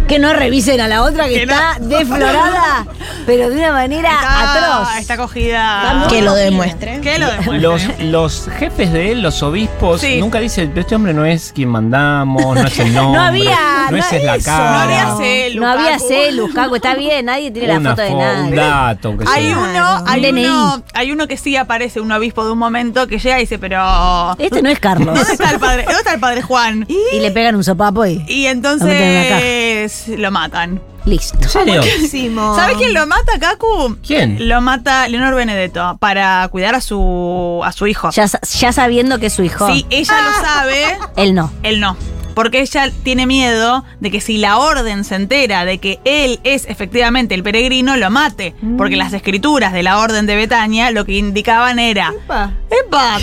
Speaker 2: Que no revisen a la otra que,
Speaker 3: Que no.
Speaker 2: está deflorada, pero de una manera
Speaker 3: Está,
Speaker 2: Ah, atroz.
Speaker 3: Ah, está cogida.
Speaker 2: Está muy cogida.
Speaker 3: Que lo demuestre.
Speaker 5: Los, los jefes de él, los obispos,
Speaker 3: Sí.
Speaker 5: nunca dicen, este hombre no es quien mandamos, no es el nombre,
Speaker 2: había-
Speaker 5: no,
Speaker 2: no
Speaker 5: es la
Speaker 2: eso.
Speaker 5: cara.
Speaker 3: no había celu.
Speaker 2: No había
Speaker 3: Cacu.
Speaker 2: celu, Caco, está bien, nadie tiene
Speaker 5: Una
Speaker 2: la foto de
Speaker 5: fo- Un
Speaker 2: nadie.
Speaker 5: dato. aunque sea.
Speaker 3: Hay uno,
Speaker 4: Claro.
Speaker 3: hay
Speaker 2: Un
Speaker 3: uno,
Speaker 2: DNI.
Speaker 3: hay uno que sí aparece, un obispo de un momento que llega y dice, pero
Speaker 2: Este no es Carlos.
Speaker 3: ¿dónde está el padre? ¿Dónde está el padre Juan?
Speaker 2: y le pegan un sopapo y
Speaker 3: Y
Speaker 2: Lo meten en la
Speaker 3: entonces lo matan.
Speaker 2: listo.
Speaker 5: ¿En serio?
Speaker 4: Buenísimo.
Speaker 2: Ah.
Speaker 3: ¿Sabes quién lo mata, Kaku?
Speaker 5: ¿Quién?
Speaker 3: Lo mata Leonor Benedetto para cuidar a su a su hijo.
Speaker 2: Ya, Ah. sa- ya sabiendo que es su hijo.
Speaker 3: Sí, ella lo sabe.
Speaker 2: Él no.
Speaker 3: Él no. Porque ella tiene miedo de que si la orden se entera de que él es efectivamente el peregrino, lo mate.
Speaker 2: Mm.
Speaker 3: Porque las escrituras de la orden de Betania lo que indicaban era.
Speaker 4: Epa.
Speaker 3: ¡Epa!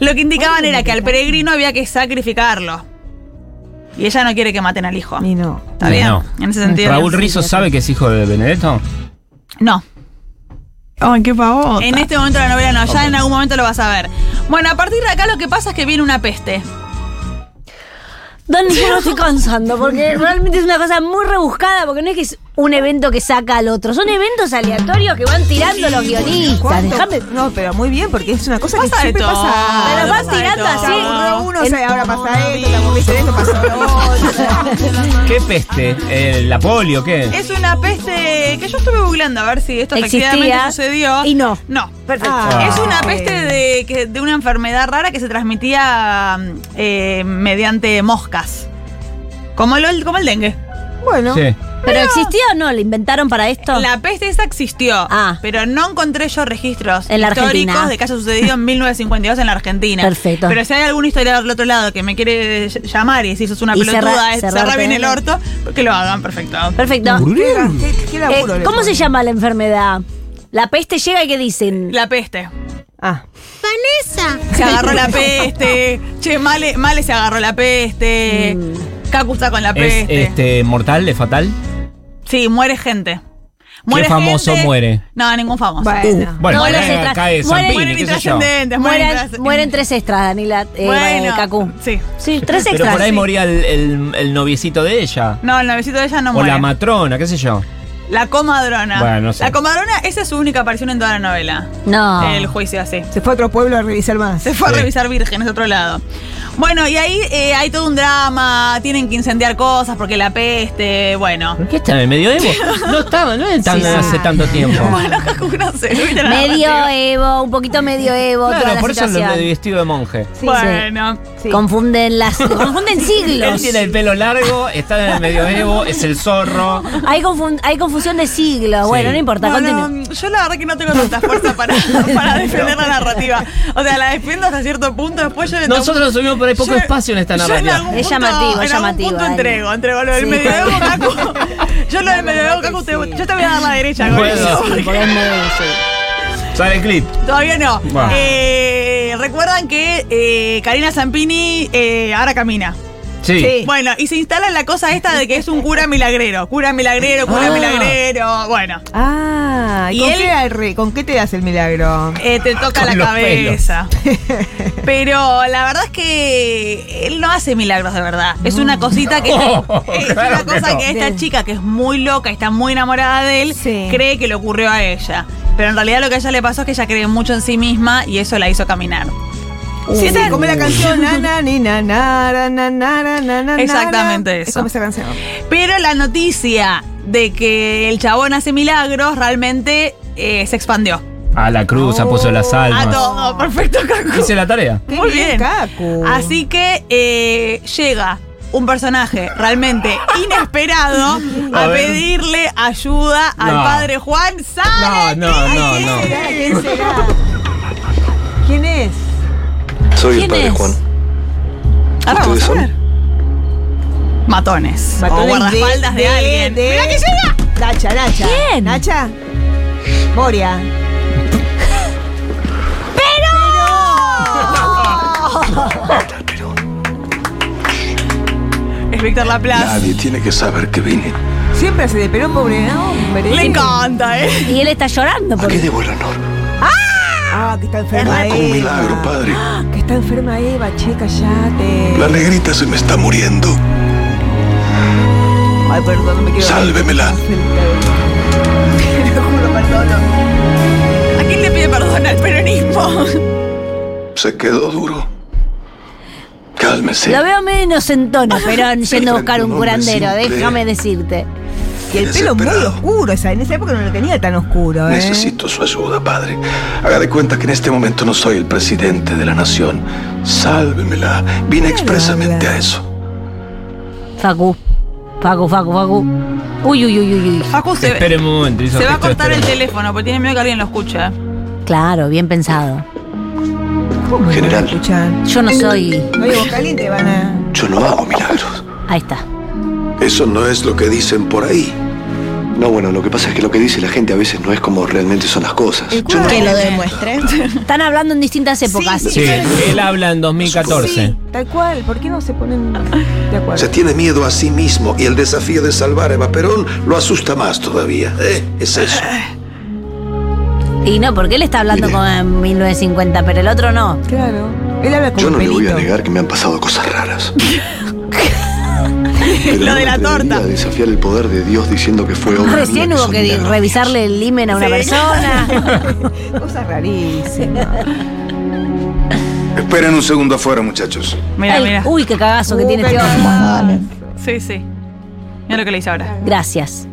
Speaker 3: Lo que indicaban era que al peregrino había que sacrificarlo. Y ella no quiere que maten al hijo.
Speaker 4: Y no.
Speaker 3: ¿Está bien?
Speaker 5: No.
Speaker 3: En ese sentido.
Speaker 5: ¿Raúl Rizzo sabe que es hijo de Benedetto?
Speaker 3: No.
Speaker 4: Ay, qué pavor.
Speaker 3: En este momento de la novela no, ya en algún momento lo vas a ver. Bueno, a partir de acá lo que pasa es que viene una peste.
Speaker 2: Don, yo no estoy cansando porque realmente es una cosa muy rebuscada porque no es que es un evento que saca al otro. Son eventos aleatorios que van tirando los guionistas.
Speaker 4: ¿Cuánto?
Speaker 2: Déjame.
Speaker 4: No, pero muy bien, porque es una cosa
Speaker 3: Pasa
Speaker 4: que
Speaker 3: de
Speaker 4: siempre
Speaker 3: todo.
Speaker 4: pasa.
Speaker 2: Pero
Speaker 3: pasa
Speaker 2: vas
Speaker 3: de
Speaker 2: tirando
Speaker 3: todo.
Speaker 2: así.
Speaker 4: Cada uno,
Speaker 2: En-
Speaker 4: o sea, ahora pasa esto, te aburriste de esto, pasa lo otro.
Speaker 5: ¿Qué peste? Eh, ¿La polio? ¿Qué?
Speaker 3: Es una peste que yo estuve googleando a ver si esto
Speaker 2: Existía.
Speaker 3: efectivamente sucedió.
Speaker 2: Y no.
Speaker 3: No.
Speaker 2: Perfecto.
Speaker 4: Ah,
Speaker 3: Es una
Speaker 4: ok.
Speaker 3: peste de, que- de una enfermedad rara que se transmitía mm, eh, mediante moscas. Como el, como el dengue.
Speaker 4: Bueno,
Speaker 5: Sí.
Speaker 2: ¿Pero existía o no? ¿Le inventaron para esto?
Speaker 3: La peste esa existió,
Speaker 2: Ah.
Speaker 3: pero no encontré yo registros
Speaker 2: En la
Speaker 3: históricos
Speaker 2: Argentina.
Speaker 3: de que haya sucedido en 1952 en la Argentina.
Speaker 2: Perfecto.
Speaker 3: Pero si hay algún historiador del otro lado que me quiere ll- llamar y decir sos una
Speaker 2: Y
Speaker 3: pelotuda,
Speaker 2: cerra-
Speaker 3: es-
Speaker 2: cerrarte
Speaker 3: cerrá bien el
Speaker 2: el-
Speaker 3: orto, que lo hagan, perfecto.
Speaker 2: Perfecto.
Speaker 4: qué, qué
Speaker 2: Eh,
Speaker 4: laburo. le
Speaker 2: ¿Cómo se
Speaker 4: ponen.
Speaker 2: llama la enfermedad? La peste llega y ¿qué dicen?
Speaker 3: La peste.
Speaker 4: Ah,
Speaker 3: Se agarró la peste. Che, Male, Male se agarró la peste.
Speaker 2: Mm.
Speaker 3: Kaku está con la
Speaker 5: ¿Es
Speaker 3: peste.
Speaker 5: este, mortal? ¿Es fatal?
Speaker 3: Sí, muere gente. Muere
Speaker 5: famoso
Speaker 3: gente.
Speaker 5: muere?
Speaker 3: No, ningún famoso.
Speaker 4: bueno.
Speaker 5: Bueno,
Speaker 2: Todos los
Speaker 5: eh,
Speaker 2: extras-
Speaker 5: cae San
Speaker 2: mueren-
Speaker 5: Pini,
Speaker 3: Mueren
Speaker 5: qué sé yo.
Speaker 3: intrascendentes, mueren,
Speaker 2: mueren,
Speaker 3: intras-
Speaker 2: mueren tres extras, Danila. Eh,
Speaker 3: Bueno,
Speaker 2: Cacú.
Speaker 3: Sí.
Speaker 2: Sí, tres
Speaker 5: Pero
Speaker 2: extras.
Speaker 5: por ahí moría el, el- el noviecito de ella.
Speaker 3: No, el novecito de ella no
Speaker 5: o
Speaker 3: muere.
Speaker 5: la matrona, qué sé yo.
Speaker 3: La comadrona.
Speaker 5: Bueno, no sé.
Speaker 3: La comadrona, esa es su única aparición en toda la novela.
Speaker 2: No.
Speaker 3: El juicio así.
Speaker 4: se fue a otro pueblo a revisar más.
Speaker 3: Se fue
Speaker 5: Sí.
Speaker 3: a revisar vírgenes de otro lado. Bueno, y ahí eh, hay todo un drama, tienen que incendiar cosas porque la peste, bueno.
Speaker 5: ¿Por qué está en el medioevo? No estaba, no es tan
Speaker 2: Sí, sí.
Speaker 5: hace tanto tiempo.
Speaker 3: Bueno, no sé, ¿viste la
Speaker 2: Medio este,
Speaker 3: narrativa?
Speaker 2: evo, un poquito medio evo, toda
Speaker 5: Claro,
Speaker 2: la
Speaker 5: por eso
Speaker 2: situación.
Speaker 5: lo de vestido de monje.
Speaker 2: Sí,
Speaker 3: bueno.
Speaker 2: sí. Confunden las. confunden
Speaker 5: Él
Speaker 2: siglos.
Speaker 5: tiene el pelo largo, está en el medioevo, es el zorro.
Speaker 2: Hay, confun- hay confusión de siglos. Bueno, no importa,
Speaker 3: No, no,
Speaker 2: continúa.
Speaker 3: yo la verdad que no tengo tanta fuerza para, para defender la narrativa. O sea, la defiendo hasta cierto punto, después yo le tengo-
Speaker 5: Nosotros subimos por ahí poco
Speaker 3: Yo-
Speaker 5: espacio en esta
Speaker 3: yo en
Speaker 5: narrativa.
Speaker 3: algún
Speaker 2: Es
Speaker 3: punto-
Speaker 2: llamativo, es
Speaker 3: en algún
Speaker 2: llamativo,
Speaker 3: punto
Speaker 2: Dani.
Speaker 3: entrego, entrego lo del
Speaker 2: Sí,
Speaker 3: medioevo, Cacu. Yo lo del medioevo, Cacu, te- yo te voy a dar la derecha con
Speaker 5: Bueno,
Speaker 3: eso.
Speaker 5: sí, porque es medio- sí. Sale el clip.
Speaker 3: Todavía no.
Speaker 5: Bueno.
Speaker 3: Eh, Recuerdan que eh, Karina Zampini eh, ahora camina.
Speaker 5: Sí.
Speaker 3: Bueno, y se instala la cosa esta de que es un cura milagrero. Cura milagrero, cura
Speaker 4: Ah.
Speaker 3: milagrero. Bueno,
Speaker 4: Ah, ¿y
Speaker 3: ¿Y
Speaker 4: con,
Speaker 3: él?
Speaker 4: qué da el re- con qué te das el milagro?
Speaker 3: eh, te toca
Speaker 4: Con
Speaker 3: la
Speaker 4: los
Speaker 3: cabeza. Pero la verdad es que él no hace milagros de verdad. Es una cosita que.
Speaker 5: Oh,
Speaker 3: es
Speaker 5: claro
Speaker 3: una cosa
Speaker 5: que
Speaker 3: que,
Speaker 5: no.
Speaker 3: esta chica, que es muy loca, está muy enamorada de él, cree que le ocurrió a ella. Pero en realidad lo que a ella le pasó es que ella cree mucho en sí misma y eso la hizo caminar.
Speaker 2: Uh.
Speaker 4: Sí,
Speaker 3: esa-
Speaker 4: como la canción na, na, ni, na, na, ra, na, na, ra, na, na, na,
Speaker 3: Exactamente
Speaker 4: na.
Speaker 3: eso.
Speaker 4: Es como esa canción.
Speaker 3: Pero la noticia de que el chabón hace milagros realmente eh, se expandió.
Speaker 5: A la cruz, a Pozo de las
Speaker 3: A
Speaker 5: Almas.
Speaker 3: todo, perfecto, Cacu.
Speaker 5: Hice la tarea.
Speaker 4: Qué
Speaker 3: Muy bien.
Speaker 4: Cacu.
Speaker 3: Así que eh, llega un personaje realmente inesperado
Speaker 5: A
Speaker 3: a,
Speaker 5: ver.
Speaker 3: pedirle ayuda al
Speaker 5: No.
Speaker 3: padre Juan
Speaker 5: No,
Speaker 3: Sale.
Speaker 5: no, no, no.
Speaker 4: ¿Quién será? ¿Quién es?
Speaker 8: Soy
Speaker 3: ¿Quién
Speaker 8: el padre
Speaker 3: es?
Speaker 8: Juan.
Speaker 3: Ahora vamos
Speaker 8: ¿Ustedes
Speaker 3: a
Speaker 8: son?
Speaker 3: ver. Matones.
Speaker 4: Matones
Speaker 3: o guardaespaldas de, alguien. ¡Mirá que llega!
Speaker 4: Nacha, Nacha.
Speaker 2: ¿Quién?
Speaker 4: Nacha. Moria.
Speaker 3: Es Víctor Laplace.
Speaker 8: Nadie tiene que saber que vine.
Speaker 4: Siempre se de Perón, pobre hombre.
Speaker 3: Le encanta, ¿eh?
Speaker 2: Y él está llorando
Speaker 8: ¿A qué
Speaker 2: porque.
Speaker 8: debo el honor?
Speaker 4: Ah, que está enferma
Speaker 8: Ruego un milagro,
Speaker 4: Eva. Ah,
Speaker 8: padre.
Speaker 4: Que está enferma Eva, che, callate.
Speaker 8: La negrita se me está muriendo.
Speaker 4: Ay, perdón, no me quiero.
Speaker 8: Sálvemela.
Speaker 4: Te lo juro, perdón.
Speaker 3: ¿A quién le pide perdón al peronismo?
Speaker 8: Se quedó duro. Cálmese.
Speaker 2: Lo veo medio inocentono, pero yendo a buscar un
Speaker 8: Hombre
Speaker 2: curandero,
Speaker 8: simple.
Speaker 2: déjame decirte.
Speaker 4: Y el pelo muy
Speaker 8: Desesperado.
Speaker 4: oscuro, esa, en esa época no lo tenía tan oscuro, ¿eh?
Speaker 8: Necesito su ayuda, padre. Haga de cuenta que en este momento no soy el presidente de la nación. Sálvemela. Vine expresamente a eso.
Speaker 2: Facu. Facu, Facu, Facu. Uy, uy, uy, uy, uy.
Speaker 3: Facu se,
Speaker 5: Esperen un momento. hizo
Speaker 3: se va a
Speaker 5: gesto de
Speaker 3: cortar el
Speaker 5: esperar.
Speaker 3: teléfono porque tiene miedo que alguien lo escuche.
Speaker 2: Claro, bien pensado.
Speaker 4: ¿Cómo no lo
Speaker 8: General.
Speaker 4: escuchan?
Speaker 2: Yo no soy.
Speaker 4: No digo caliente, van a.
Speaker 8: Yo no hago milagros.
Speaker 2: Ahí está.
Speaker 8: Eso no es lo que dicen por ahí. No, bueno, lo que pasa es que lo que dice la gente a veces no es como realmente son las cosas. Yo no hago
Speaker 4: demuestre.
Speaker 2: Están hablando en distintas épocas.
Speaker 5: Sí, él habla en 2014.
Speaker 4: Sí, tal cual, ¿por qué no se ponen de
Speaker 8: Se
Speaker 4: acuerdo?
Speaker 8: tiene miedo a sí mismo y el desafío de salvar a Eva Perón lo asusta más todavía. Eh, es eso.
Speaker 2: Y no, porque él está hablando
Speaker 8: Mire.
Speaker 2: con eh, 1950, pero el otro no.
Speaker 4: Claro. Él habla como
Speaker 8: Yo no le
Speaker 4: pelito.
Speaker 8: voy a negar que me han pasado cosas raras. Pero
Speaker 3: Lo
Speaker 8: no
Speaker 3: de
Speaker 8: me
Speaker 3: la
Speaker 8: atrevería
Speaker 3: torta.
Speaker 8: a desafiar el poder de Dios diciendo que fue obra mía,
Speaker 2: Recién hubo
Speaker 8: son
Speaker 2: que di-
Speaker 8: milagros.
Speaker 2: revisarle el limen a una
Speaker 3: Sí.
Speaker 2: persona.
Speaker 4: Cosas rarísimas.
Speaker 11: Esperen un segundo afuera, muchachos.
Speaker 3: Mira,
Speaker 2: Ay,
Speaker 3: mira.
Speaker 2: Uy, qué cagazo que
Speaker 4: Uh,
Speaker 2: tiene este
Speaker 4: qué
Speaker 2: hombre.
Speaker 3: Sí, sí. Mira lo que le hice ahora.
Speaker 2: Gracias.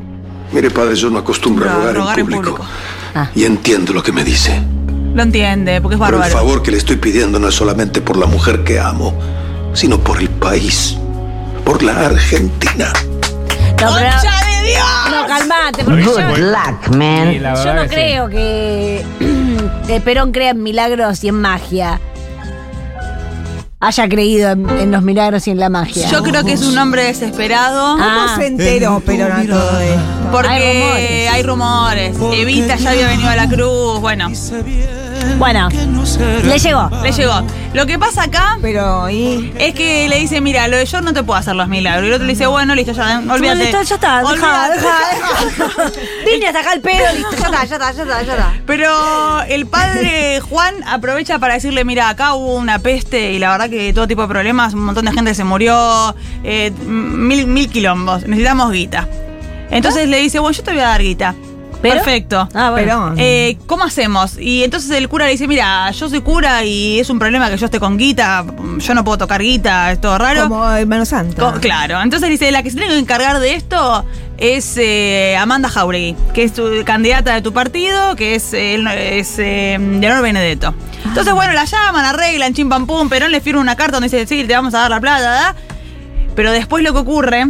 Speaker 8: Mire, padre, yo no acostumbro
Speaker 3: No,
Speaker 8: a rogar,
Speaker 3: rogar
Speaker 8: en
Speaker 3: en
Speaker 8: público.
Speaker 3: público.
Speaker 2: Ah.
Speaker 8: Y entiendo lo que me dice.
Speaker 3: Lo entiende, porque es
Speaker 8: Pero el
Speaker 3: bárbaro.
Speaker 8: favor que le estoy pidiendo no es solamente por la mujer que amo, sino por el país, por la Argentina.
Speaker 2: No, pero-
Speaker 3: ¡Concha de Dios!
Speaker 2: no, calmate, porque yo,
Speaker 5: Y la
Speaker 2: yo
Speaker 5: verdad
Speaker 2: no
Speaker 5: que sí.
Speaker 2: creo que, que Perón crea en milagros y en magia. Haya creído en, en los milagros y en la magia.
Speaker 3: Yo creo que es un hombre desesperado.
Speaker 2: Ah.
Speaker 4: ¿Cómo se enteró Perón a todo esto?
Speaker 3: Porque hay
Speaker 2: Hay
Speaker 3: rumores. Evita ya había venido a la cruz. Bueno,
Speaker 2: Bueno, le llegó.
Speaker 3: le llegó. Lo que pasa acá
Speaker 4: Pero, ¿y?
Speaker 3: es que le dice, mira, lo de yo no te puedo hacer los milagros. Y el otro le dice, bueno, listo, ya,
Speaker 2: Bueno,
Speaker 3: olvídate.
Speaker 2: listo, ya está, dejá,
Speaker 3: Olvídate.
Speaker 2: dejá, dejá. Vine a sacar el pedo, listo, ya está, ya está, ya está, ya está.
Speaker 3: Pero el padre Juan aprovecha para decirle, mira, acá hubo una peste y la verdad que todo tipo de problemas, un montón de gente se murió, eh, mil, mil quilombos, necesitamos guita. Entonces le dice, bueno, yo te voy a dar guita.
Speaker 2: ¿Pero?
Speaker 3: Perfecto.
Speaker 2: Ah,
Speaker 4: Perón.
Speaker 3: Eh, ¿Cómo hacemos? Y entonces el cura le dice, mira, yo soy cura y es un problema que yo esté con guita, yo no puedo tocar guita, es todo raro.
Speaker 4: como hermano santo.
Speaker 3: Co- claro, entonces dice, la que se tiene que encargar de esto es eh, Amanda Jauregui, que es tu candidata de tu partido, que es, eh, el- es eh, Leonor Benedetto. Entonces, bueno, la llaman, arreglan, chim pam pum, Perón le firma una carta donde dice, sí, te vamos a dar la plata, ¿da? Pero después lo que ocurre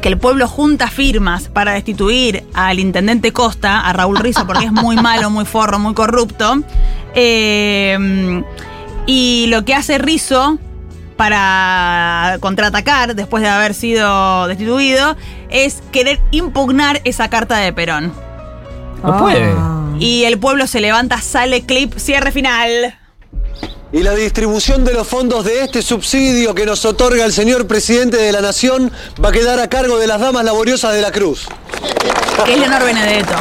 Speaker 3: que el pueblo junta firmas para destituir al intendente Costa, a Raúl Rizzo, porque es muy malo, muy forro, muy corrupto. Eh, y lo que hace Rizzo para contraatacar después de haber sido destituido es querer impugnar esa carta de Perón.
Speaker 12: No puede.
Speaker 3: Ah. Y el pueblo se levanta, sale clip, cierre final.
Speaker 10: y la distribución de los fondos de este subsidio que nos otorga el señor presidente de la Nación va a quedar a cargo de las damas laboriosas de la Cruz.
Speaker 3: Que es Leonor Benedetto.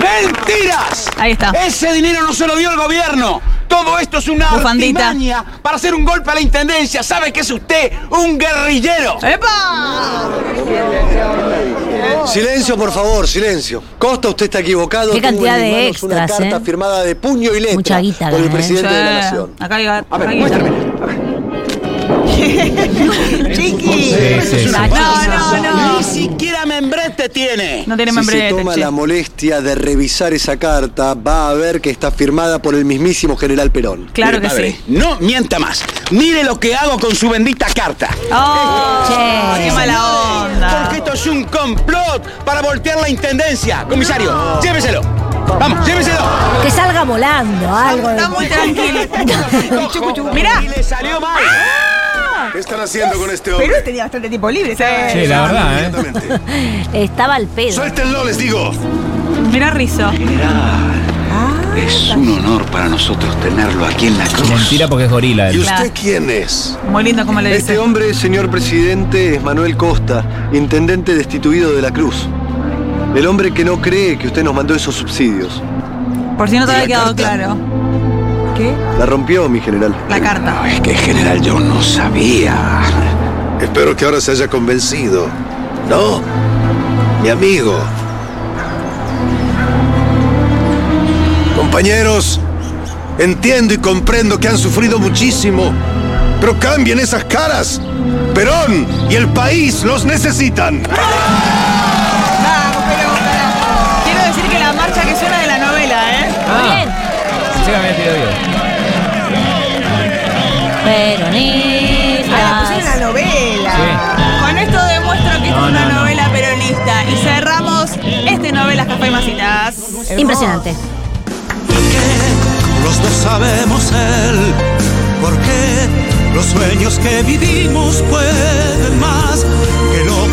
Speaker 13: ¡Mentiras!
Speaker 3: Ahí está.
Speaker 13: Ese dinero no se lo dio el gobierno. Todo esto es una
Speaker 3: Bufandita.
Speaker 13: artimaña para hacer un golpe a la intendencia. ¿Sabe qué es usted? ¡Un guerrillero!
Speaker 10: Silencio, por favor, silencio. Costa, usted está equivocado.
Speaker 2: Qué
Speaker 10: Tengo
Speaker 2: cantidad
Speaker 10: en mis
Speaker 2: de
Speaker 10: manos
Speaker 2: extras,
Speaker 10: Una carta
Speaker 2: ¿eh?
Speaker 10: firmada de puño y letra
Speaker 2: Mucha guita,
Speaker 10: por el
Speaker 2: ¿eh?
Speaker 10: presidente de la
Speaker 3: Sí.
Speaker 10: Nación.
Speaker 3: Acá hay acá hay
Speaker 13: Chiqui.
Speaker 10: sí, sí.
Speaker 3: No, no, no.
Speaker 13: Ni siquiera membrete tiene.
Speaker 3: No tiene
Speaker 10: si se
Speaker 3: membrete.
Speaker 10: toma
Speaker 3: che.
Speaker 10: la molestia de revisar esa carta, va a ver que está firmada por el mismísimo general Perón.
Speaker 3: Claro
Speaker 13: Mire,
Speaker 3: que
Speaker 13: padre,
Speaker 3: sí.
Speaker 13: No mienta más. Mire lo que hago con su bendita carta.
Speaker 3: Oh,
Speaker 13: Sí,
Speaker 3: qué mala
Speaker 13: señores,
Speaker 3: onda.
Speaker 10: Ah.
Speaker 13: Porque esto es un complot para voltear la intendencia. Comisario, lléveselo. Vamos, lléveselo.
Speaker 2: Que salga volando, algo.
Speaker 3: Está muy tranquilo.
Speaker 13: Mirá. le salió mal.
Speaker 8: ¿Qué están haciendo con este hombre?
Speaker 4: Perú tenía bastante tiempo libre. ¿sabes?
Speaker 5: Sí, la verdad, ¿eh?
Speaker 8: Inmediatamente.
Speaker 2: Estaba al pedo.
Speaker 8: Suéltenlo, les digo.
Speaker 3: Mirá Rizo.
Speaker 14: Es un honor para nosotros tenerlo aquí en la cruz.
Speaker 5: Mentira porque es gorila.
Speaker 8: ¿Y
Speaker 5: él.
Speaker 8: usted quién es?
Speaker 3: Muy lindo como le
Speaker 10: Este
Speaker 3: dice.
Speaker 10: hombre, señor presidente, es Manuel Costa, intendente destituido de la Cruz. El hombre que no cree que usted nos mandó esos subsidios.
Speaker 3: Por si no te
Speaker 8: ¿Y
Speaker 3: había
Speaker 8: la
Speaker 3: quedado
Speaker 8: carta?
Speaker 3: claro.
Speaker 4: ¿Qué?
Speaker 10: La rompió, mi general.
Speaker 3: La carta.
Speaker 14: Es que, general, yo no sabía.
Speaker 8: Espero que ahora se haya convencido. No, mi amigo. Compañeros, entiendo y comprendo que han sufrido muchísimo, pero cambien esas caras. Perón y el país los necesitan.
Speaker 3: Vamos, pero carajo. Quiero decir que la marcha que suena de la novela, ¿eh?
Speaker 5: Ah, sí, me había tirado yo.
Speaker 4: Ah, pues es
Speaker 2: Peronistas.
Speaker 4: una novela.
Speaker 5: Sí.
Speaker 3: Con esto demuestro que esto
Speaker 5: No,
Speaker 3: es una
Speaker 5: no, no.
Speaker 3: novela peronista. Y cerramos este Novelas Café y Masitas.
Speaker 2: Impresionante.
Speaker 7: Porque los dos sabemos él, porque los sueños que vivimos pueden más que lo que